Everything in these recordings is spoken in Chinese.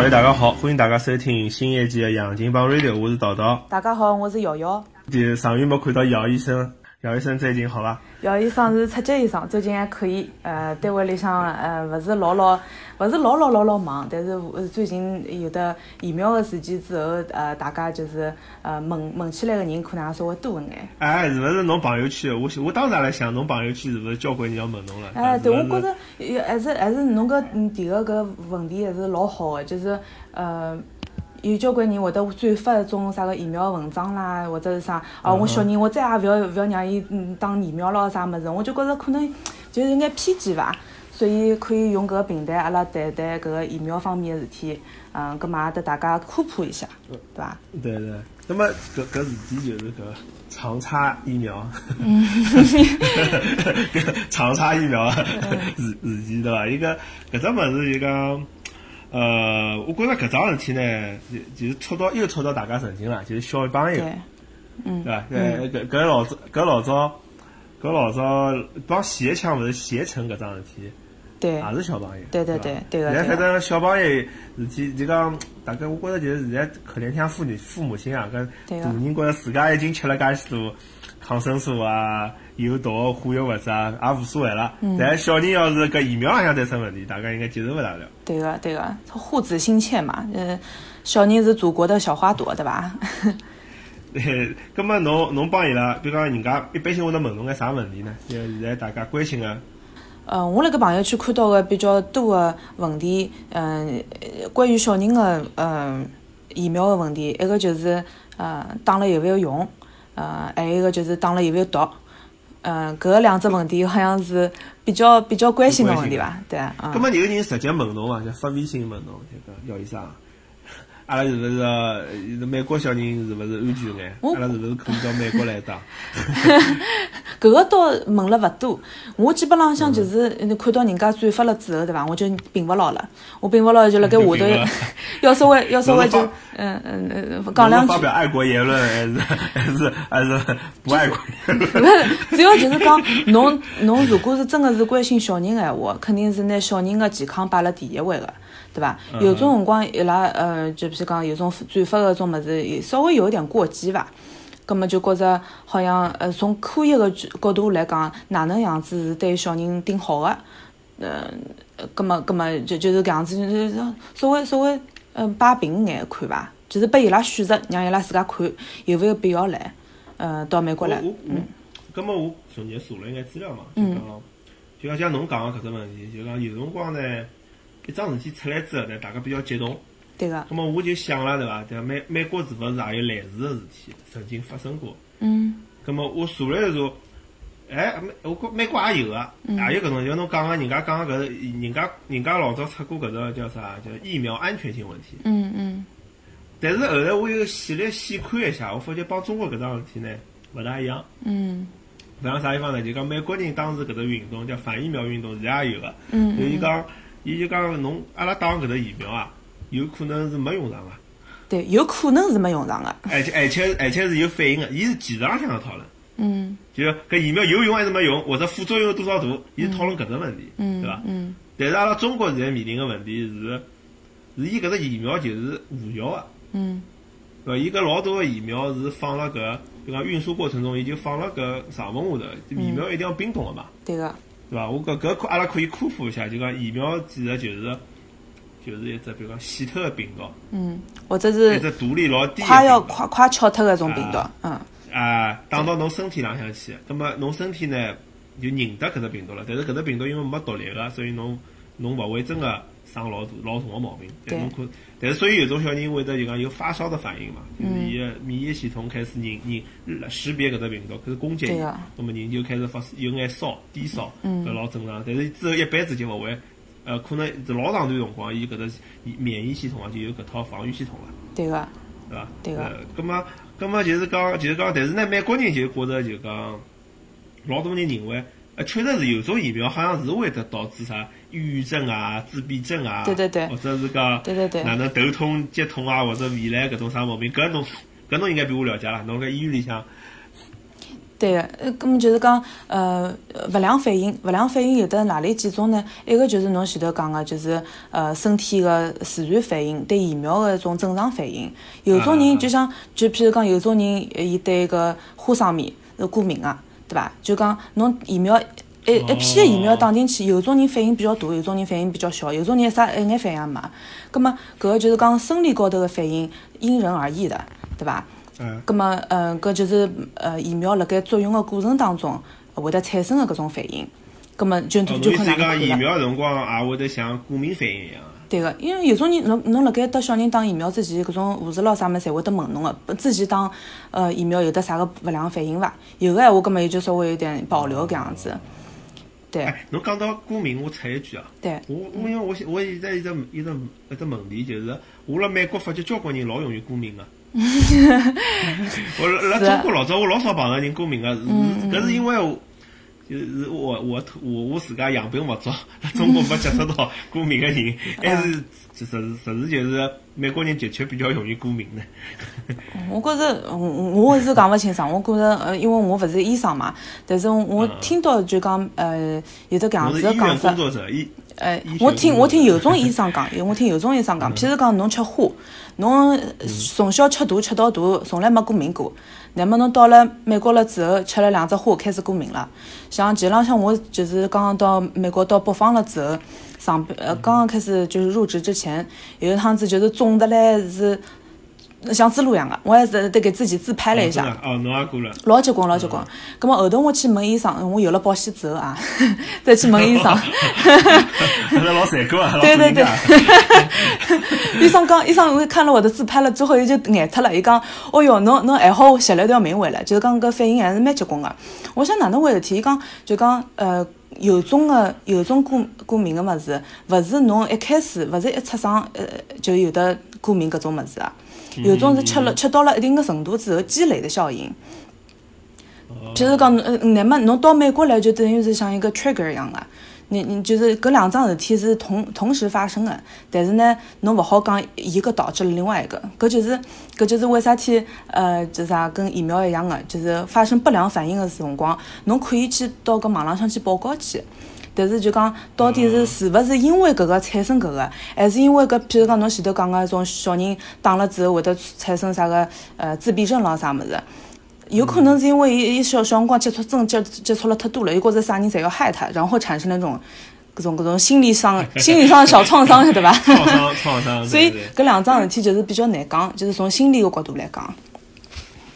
哎，大家好，欢迎大家收听新一季的《杨金帮 Radio》，我是桃桃。大家好，我是瑶瑶。第上月没看到姚医生，姚医生最近好伐？姚医生是出级医生，最近还可以。呃，单位里向呃，勿是老老，勿是老老老老忙，但是呃最近有的疫苗个事件之后，呃，大家就是呃问问起来个人可能也稍微多一眼。哎，是勿是侬朋友圈？我我当时也辣想，侬朋友圈是勿是交关人要问侬了？哎，对，我觉觉着呃还是还是侬搿嗯提个搿问题还是老好个，就是呃。有交关人会得转发一种啥个疫苗文章啦，或者是啥哦，我小人我再也勿要勿要让伊嗯打疫苗咯啥物事，我就觉着可能就是有眼偏见伐，所以可以用搿个平台阿拉谈谈搿个疫苗方面个事体，嗯，搿嘛也得大家科普一下，对伐？对对。那么搿搿事体就是搿长差疫苗， 搿长差疫苗事嗯事件对伐？伊个搿只物事就讲，呃，我觉着搿桩事体呢，就就是戳到又戳到大家神经了，就是小一帮友。对，嗯对吧？呃，搿搿老早搿老早搿老早帮携枪勿是携程搿桩事体，对也是小朋友。对对吧对对的现在对反的正小朋友事体，就讲大概我觉着就是现在可怜像父女父母亲啊，搿对的大人觉着自家已经吃了介许多抗生素啊、有毒化学物质啊，也无所谓了。嗯但是小人要是搿疫苗浪向再出问题，大家应该接受勿大了。 对个对个，护子心切嘛，嗯，小人是祖国的小花朵，对伐？对，葛末侬侬帮伊拉，比如讲人家一般性会得问侬眼啥问题呢？因为现在大家关心个、呃，我辣盖朋友圈看到个比较多个问题，嗯、呃，关于小人个嗯疫苗个问题，一个就是呃打了有没有用，呃，还有一个就是打了有没有毒，嗯、搿两只问题好像是比较比较关心个问题伐？对啊，咁嗯，么有人直接问侬嘛，就发微信问侬，就讲姚医生，啊 阿拉是勿是呃美国小人是勿是安全眼？我阿拉是勿是可以到美国来打？搿个倒问了勿多，我基本浪向就是呃看到人家转发了之后，对伐？我就屏勿牢了，我屏勿牢 就辣盖下就头屏勿牢，要稍微要稍微就侬是嗯嗯嗯 侬讲两是句发。表爱国言论 还是还是还是不爱国言论？不是， 主要就是讲，侬侬如果是真的是关心小人的闲话，肯定是拿小人的健康摆辣第一位的，对伐？有种辰光伊拉呃，就比如讲有种转发的种物事，也稍微有一点过激伐。葛么就觉着好像呃，从科学的角度来讲，哪能样子是对小人顶好的？呃，葛么葛么就就是搿样子，就是稍微稍微嗯摆平眼看伐，就是拨伊拉选择，让伊拉自家看有没有必要来，呃，到美国我来。 我我，咁么我昨日查了一眼资料嘛，就嗯讲就讲像侬讲个搿只问题，就讲有辰光呢，一桩事体出来之后呢，大家比较激动。对个，咁么我就想了对伐？对美美国是勿是也有类似个事体曾经发生过？嗯。咁么我查了一查，哎，美我觉美国也有啊，嗯也有搿种，就侬讲个，人家讲个搿，人家人家老早出过搿只叫啥，叫疫苗安全性问题。嗯嗯，但是后来我又细来细看一下，我发觉帮中国搿桩事体呢勿大一样。嗯勿像啥地方呢？就讲美国人当时搿只运动叫反疫苗运动，现在也有个。嗯就伊讲，伊就讲侬阿拉打搿只疫苗啊，有可能是没用上个、啊 对，有可能是没用上的。啊而且而且而且是有反应个，伊是技术浪向个讨论。嗯就是搿疫苗有用还是没用，或者副作用有多少大，伊是讨论搿只问题，嗯，对伐？嗯，但是阿拉中国现在面临个问题是，是伊搿只疫苗就是无效个，嗯对伐？伊搿老多个疫苗是放辣搿，就讲运输过程中，伊就放辣搿常温下头，疫苗一定要冰冻个嘛，嗯对个，对伐？我搿搿可阿拉可以科普一下，就讲疫苗其实就是就是一只比如讲死脱个病毒，嗯，或者一是只毒力老低个快要病毒快快翘脱的种病毒。嗯啊，打到侬身体浪向去，葛么侬身体呢就认得搿只病毒了。但是搿只病毒因为没毒力个，所以侬侬勿会真个生老大老重个毛病。但对侬可，但是所以有种小人会得就讲有发烧的反应嘛，嗯就是伊个免疫系统开始认认识别搿只病毒，开始攻击对啊嗯伊个，那么人就开始发有眼烧、低烧，搿老正常。但是之后一辈子就勿会。呃，可能老长段辰光，伊搿只免疫系统啊，就有搿套防御系统了。对个，对伐？对个呃。咁么，咁么就是讲，就是讲，但是呢，美国人就觉着就讲，老多人认为，呃，确实是有种疫苗好像是会得导致啥抑郁症啊、自闭症啊，对对对或者是讲，对对对哪能头痛、脚痛啊，或者未来搿种啥毛病，搿侬搿侬应该比我了解啦，侬搿医院里向。对个，呃，搿么就是讲，呃，勿良反应，勿良反应有得哪里几种呢？一个就是侬前头讲个，就是呃身体个自然反应，对疫苗个一种正常反应。有种人就像，就譬如讲，有种人呃伊对个花生米是过敏个，对伐？就讲侬疫苗一一批个疫苗打进去，有种人反应比较大，有种人反应比较小，有种人啥一眼反应也没。搿么搿个就是讲生理高头个反应，因人而异的，对伐？嗯，咁么，嗯，搿就是呃疫苗辣盖作用个过程当中呃会得产生个搿种反应，咁么就哦，就侬意看思哪讲能疫看了。苗辰光啊也会得像过敏反应一样啊？对个，因为有种人侬侬辣盖搭小人打疫苗之前，搿种护士佬啥物事侪会得问侬个，之前打呃疫苗有得啥个不良反应伐？有个闲话，搿么也就稍微有点保留搿样子。对哎，侬讲到过敏，我插一句啊，对，我我因为我现我现在一直一直一只问题就是，我辣美国发觉交关人老容易过 敏个。我辣辣是啊中国老早我老少碰着人过敏个，是嗯是搿是因为我就是我我我我自家养病勿足，辣中国没接触到过敏个 人，还嗯是就实实实就是美国人的确比较容易过敏呢。我觉着我我我是讲勿清爽，我觉着呃，因为我勿是医生嘛，但是我嗯听到就讲呃有得搿样我子是个医讲院法工。作者，医哎医，学嗯我工听作我听有种医生讲，我听有种医生讲，譬如讲侬吃花，侬嗯从小吃大吃到大，从来没过敏过。乃末侬到了美国了之后，吃了两只花开始过敏了。像前浪向我就是刚刚到美国到北方了之后，上班呃刚刚开始就是入职之前，有一趟子就是肿的嘞是像猪猡一样的，我还是得给自己自拍了一下。哦，侬也过了，老结棍，老结棍。嗯咁么后头我去问医生，我有了保险之后啊， 再去问医 生，还是老残酷啊，老对对过敏啊 医生讲，医生我看了我的自拍了之后，伊就眼脱了，伊讲，哦哟，侬侬还好捡了一条命回来，就是讲搿反应还是蛮结棍个。我想哪能回事体？伊讲就讲呃。有种个有种过过敏个物事，勿是侬一开始勿是一出生呃就有的过敏搿种物事啊，有种是吃了吃到了一定个程度之后积累的效应。就是讲，呃，乃末侬到美国来就等于是像一个 trigger 一样的，你你就是搿两桩事体是同同时发生的，但是呢，侬勿好讲一个导致了另外一个，搿就是搿就是为啥体呃，就是啥跟疫苗一样的，就是发生不良反应的辰光，侬可以去到搿网浪向去报告去。但是就讲，到底是是勿是因为搿个产生搿个，还是因为搿，譬如讲侬前头讲个种小人打了之后会得产生啥个呃自闭症咯啥物事，有嗯可能是因为伊伊小小辰光接触真接接触了太多了，伊觉着啥人侪要害他，然后产生了那种各种各种心理 上心理上的小创伤，对伐？创伤创伤， 所以对对搿两桩事体就是比较难讲，就是从心理个角度来讲，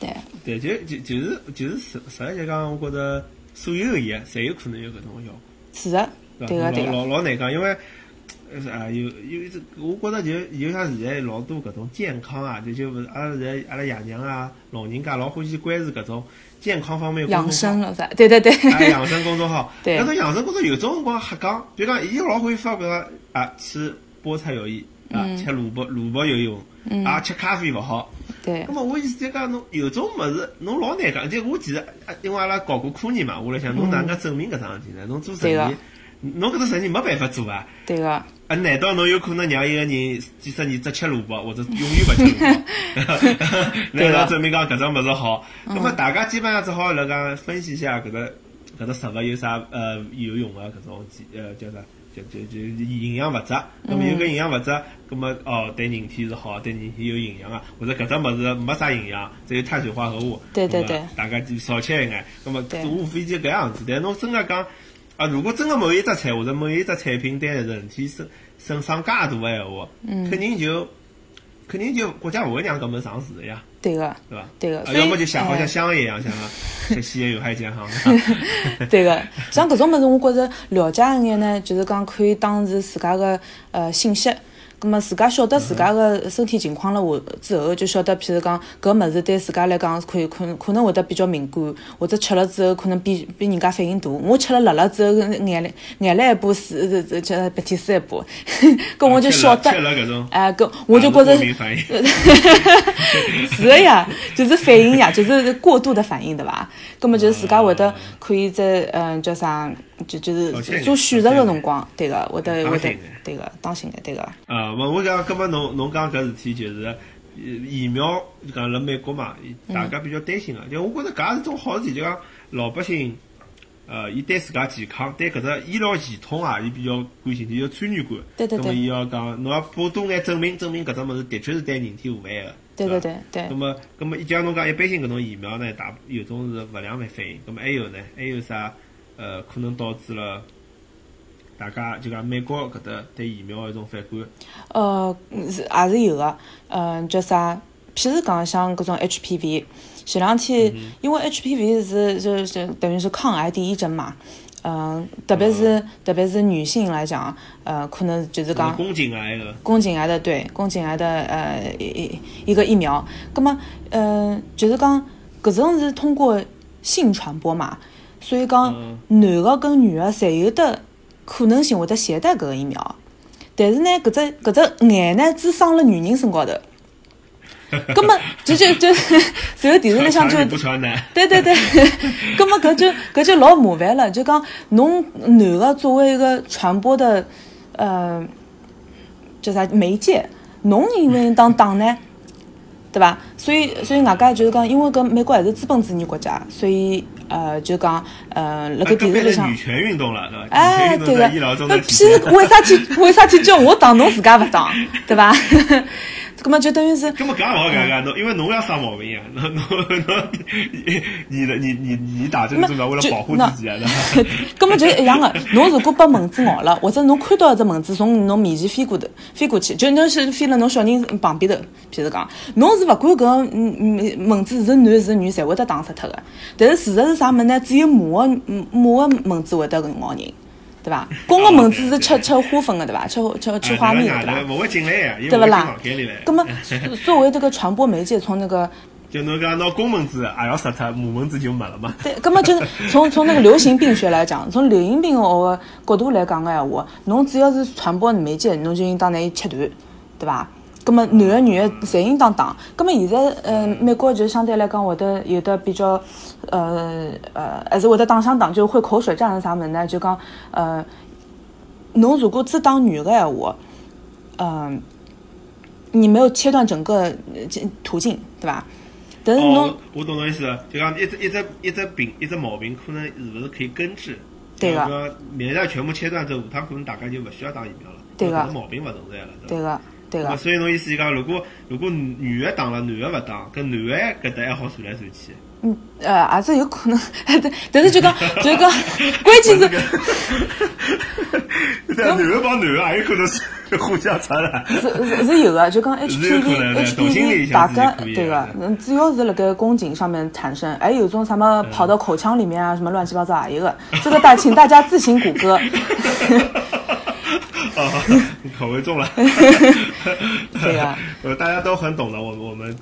对，对，就就就是就是实实际来讲，我觉着所有个药侪有可能有搿种效是的，果，对啊伐？个对老个，老老难讲，因为呃啊有有这，我觉着就就像现在老多搿种健康啊，就就勿是阿拉现在阿拉爷娘啊、老人家老欢喜关注搿种健康方面的公养众号生。了啥？对对对，哎，养生公众号， 对那种养生公众号有种辰光瞎讲，比如讲，伊老欢喜发搿个啊，吃菠菜有益，啊，嗯吃萝卜萝卜有用，啊，吃咖啡勿好，对那，么我意思就讲，侬有种物事，侬老难讲。就我其实，啊因为阿拉搞过科研嘛，我辣想，侬哪能介证明搿桩事体呢？侬做实嗯对验个，侬搿只实验没办法做啊。对个，啊，难道侬有可能让一个人几十年只吃萝卜，或者永远勿吃萝卜？对难嗯道个证明讲搿只物事好？那么大家基本上只好辣讲分析一下搿只搿只食物有啥呃有用个搿种几呃叫啥？就就就营养物质，那么有个营养物质，那么哦对人体是好，对人体有营养啊，或者搿只物事没啥营养，只有碳水化合物，对对那么对大家就少吃一眼，那么对无非就搿样子。但侬真个讲啊，如果真个某一只菜或者某一只产品对人体损损伤介大个闲话，嗯肯定就肯定就国家勿会让搿物事上市的呀，对个，对伐？对个啊所以要么就像好像哎香烟一样，像啊像吸烟有害健康。 对个，像搿种物事，我觉着了解一眼呢，就是讲可以当是自家个呃信息。葛末自家晓得自家个身体情况了后之后，就晓得譬如讲搿物事对自家来讲可以可可能会得比较敏感，或者吃了之后可能比比人家反应大。我吃了辣辣之后，眼泪眼泪一把水，是是是鼻涕水一把， 搿 我就晓得啊吃了搿种，啊哎，搿我就觉过着敏反应。 是的呀，就是反应呀，就是过度的反应，对伐？葛么啊就是自家会得可以在嗯叫啥，就就是哦这个做选择个辰光，对个，会得当会心得的对个，当心的，对个，啊，我我讲，葛么侬侬讲搿事体就是，疫苗就讲辣美国嘛，嗯大家比较担心个，啊就我觉着搿也是种好事体，就讲老百姓，呃，伊对自家健康，对搿只医疗系统啊，伊比较关心，伊要参与感。对对那么对伊要讲，侬要拨多眼证明，证明搿只物事的确是对人体无害个。对是吧对对对那么，那么，就像侬讲，一般性搿种疫苗呢，大有种是勿良反应。那么还有呢，还有啥？呃，可能导致了大家就讲美国搿搭对疫苗的一种反感。呃，是也是有个，嗯，叫啥？譬如讲像搿种 HPV，前两嗯天因为 HPV 是就是等于是抗癌第一针嘛，嗯，特啊别是特别是女性来讲，呃，可能就是讲宫颈癌个，宫颈癌的对宫颈癌的呃一一一个疫苗，那么呃就是讲搿种是通过性传播嘛，所以讲嗯男个跟女个侪有的可能性会得携带搿个疫苗，但是呢搿只搿只癌呢只生了女人身高头，葛么就就就， 然后电视里向就传染不传染？对对 对，葛么搿就搿就老麻烦了，就讲侬男个作为一个传播的，呃，叫啥媒介，侬因为当党呢，对伐？所以所以外加就是讲，因为搿美国还是资本主义国家，所以呃就讲呃辣那盖搿电视变里成向女。权运动了，对伐？哎，女权运动对个在医疗，中那的体现。屁为啥体为啥体叫我打，侬自家勿打，对 伐？葛么就等于是根本讲勿好讲讲，侬因为侬要生毛病呀，侬侬侬，你你你你你打针是嘛？为了保护自己啊，对伐？ 根本就是一样的。侬如果把蚊子咬了，或者侬看到一只蚊子从侬面前飞过头，飞过去，就侬是飞了侬小人旁边头，譬如讲，侬是勿管搿个嗯嗯蚊子是男是女，侪会得打死脱个。但是事实是啥物事呢？只有母个嗯母个蚊子会得咬人，对伐？公个蚊子是吃吃花粉个，哦对伐？吃吃吃花蜜的，对伐？勿会进来呀，因为对勿不进啦房间里来。那么作作为这个传播媒介，从那个就侬讲拿公蚊子也要杀脱，母蚊子就没了嘛。对，根本就是从从那个流行病学来讲，从流行病学个角度来讲个闲话，侬只要是传播媒介，侬就应当拿伊切断，对伐？咁么男个女个侪应当打。咁么现在，呃，美国就相对来讲会得有的比较，呃呃，还是会得打相打，就会口水战是啥物事呢？就讲，呃，侬如果只打女个闲话，嗯、你没有切断整个呃这途径，对伐？但是侬、哦，我懂侬意思了，就讲一只一只一只病一只毛病，可能是不是可以根治？对个个。免疫力全部切断之后，下趟可能大家就勿需要打疫苗了，对个搿毛病勿存在了，对伐？对个对啊个。所以侬意思就讲，如果如果女的打了，男的勿打，搿男的搿搭还好传来传去。嗯，呃，也是有可能， 但但是就讲，就讲，关键是， 嗯对，啊男的帮男的也有可能是互相传染。 是是是有的，就讲是有可能的同性恋 HPV，HPV 像大自己家可以啊对个的，嗯，主要是辣盖宫颈上面产生，还有一种什嗯么跑到口腔里面啊，什么乱七八糟也有个，这个大请大家自行谷歌。 哦，你口味重了。 对啊呃， 大家都很懂的，我们我们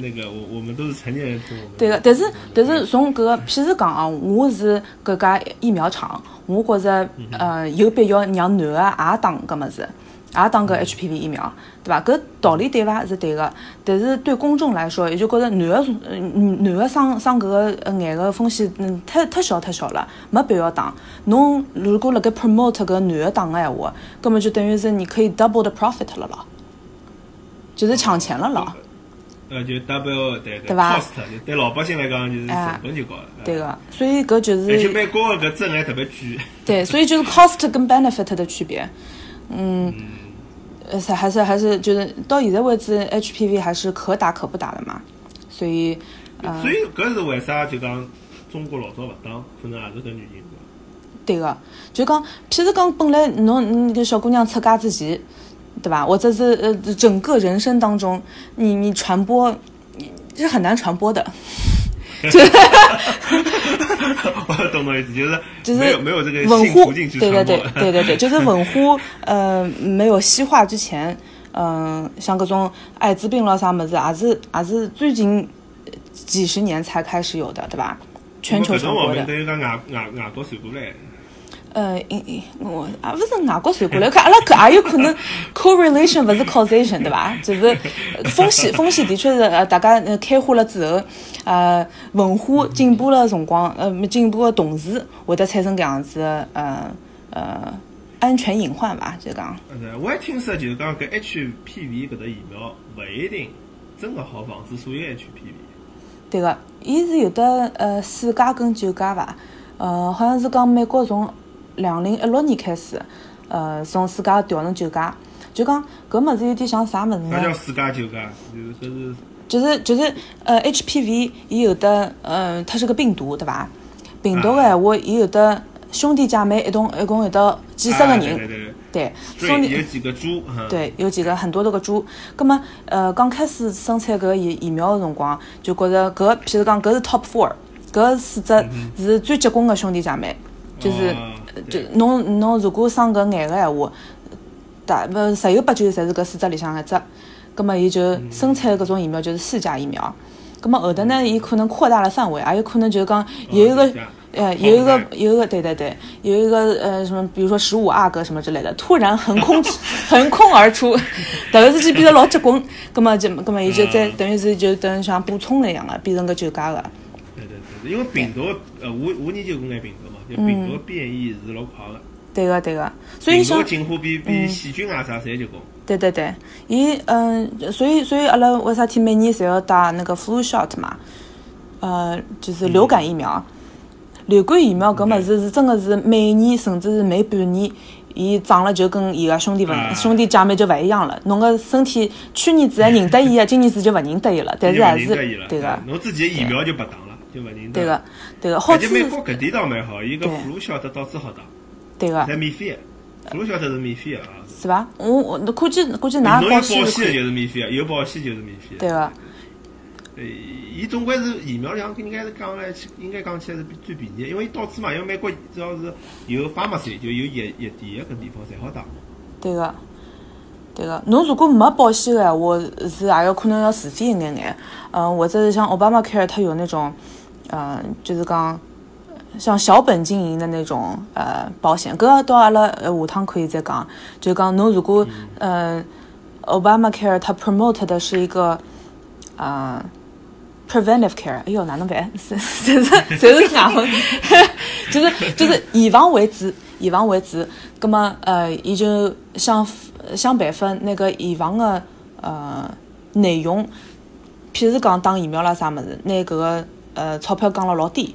那个我我们都是成年人听我们。对个，但是但是从搿个，譬如讲啊，我是搿家疫苗厂，我觉着嗯呃有必要让男个也打搿物事，也打嗯搿 HPV 疫苗，对伐？搿道理对伐？是对个，但是对公众来说，也就觉着男个呃男个生生搿个呃癌个风险嗯太太小太小了，没必要打。侬如果辣盖 promote 搿男个打个闲话，根本就等于是你可以 double 的 profit 了咯，就是抢钱了咯。呃，就 double 对对对吧啊 cost，就对老百姓来讲就是成本就高了。对个。个，所以搿就是而且美国的搿针还特别贵。对，所以就是 cost 跟 benefit 的区别。嗯，呃，是还是还是就是到现在为止，HPV 还是可打可不打的嘛。所以，呃所，以搿是为啥就讲中国老早勿打，可能也是搿原因吧。对个，就讲，譬如讲，本来侬那个小姑娘出嫁之前，对吧？或者是呃，整个人生当中，你你传播你是很难传播的。 我懂侬意思，就是就是没有没有这个文性化，途径去对传对播。对对对对，就是文化， 呃，没有西化之前，嗯、像各种艾滋病了啥么子，也是也是最近几十年才开始有的，对吧？全球搿传种毛播病的，等于讲外外外国传过来。呃，因因我啊，勿是外国传过来，看阿拉搿也有可能 correlation 勿是 causation 对伐？就是呃风险风险的确是呃，大家呃开化了之后，呃，文化进步了辰光，呃，进步的同时会得产生搿样子的呃呃安全隐患伐？就讲呃，我还听说就是讲搿 HPV 搿只疫苗勿一定真个好防止所有 HPV。对个，伊是有的呃四家跟九家伐，呃，好像是讲美国从两零一六年开始，呃，从四家调成九家，就讲搿物事有点像啥物事啥呢叫？四加九加？就是搿是就是就是呃 HPV 伊有的呃它是个病毒对伐？病毒啊个闲话伊有的兄弟姐妹一同一共有的几十个啊对对人，对对，对，兄所以弟有几个猪，嗯，对，有几个很多多个猪。葛么，呃，刚开始生产搿个疫疫苗个辰光，就觉着搿，譬如讲搿是 top four，搿四只是最结棍个兄弟姐妹，就是啊就嗯对侬侬如果生搿眼个闲话，大呃十有八九侪是搿四只里向一只。葛么，伊就生产搿种疫苗就是四价疫苗。葛么后头呢，伊可能扩大了范围，也有可能就是讲有一个嗯哦四价呃有一扩个大有一个对对对，有一个呃什么，比如说十五阿哥什么之类的，突然横空横空而出，突然之间变得老结棍，葛么就葛么伊就再嗯等于是就等于像补充了一样的，变成个酒家个。对对对，因为病毒，呃，我我研究过眼病毒嘛，就病毒变异是老快个，对个对个，啊所以病毒像进化比比细菌啊啥侪结棍。对对对，伊嗯，所以所以阿拉为啥体每年侪要打那个 flu shot 嘛？呃，就是嗯流感疫苗。流感疫苗搿物事是真个是每年甚至是每半年，伊长了就跟伊个兄弟勿、啊兄弟姐妹就勿一样了。侬个身体去年子还认得伊啊 个，今年子就勿认得伊了。但就是还是勿认得伊了嗯对个侬自己疫苗就白打了，就勿认得。对个个，对个，好而且处美是国搿点倒蛮好，伊个对 flu shot 到处好打，对个侪免费个，flu shot 是免费个啊。是伐？我我那估计估计㑚侬有保保险险是的可以就是免费的，有保险就是免费的。对个呃，伊总归是疫苗量，应该是讲来，应该讲起来是比最便宜的，因为到处嘛，因为美国只要是有 pharmacy 就有药药店的搿地方侪好打。对个，对个。侬如果没保险个闲话，是也有可能要自费一眼眼。嗯，或者是像 Obamacare，它有那种，嗯、就是讲像小本经营的那种呃保险，搿个到阿拉呃下趟可以再讲。就是讲侬如果嗯、呃、，Obamacare 它 promote 的是一个啊。呃 preventive care，哎呦，哪能 办？是是是，是是外文， 就是就是以防为主，以防为主。那么呃，伊就相相反分那个以防的呃内容，譬如讲打疫苗啦啥么子，拿搿个呃钞票降了老低。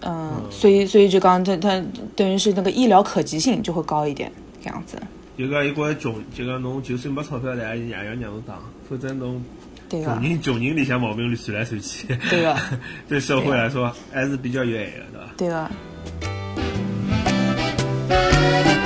嗯，所以所以就讲，它它等于是那个医疗可及性就会高一点，这样子，就讲伊觉着穷，就讲侬就算没钞票来，也要让侬打，否则侬对个穷，人穷人里向毛病传来传去，对个， 对社会来说还是比较有害的，对伐？对个。 thank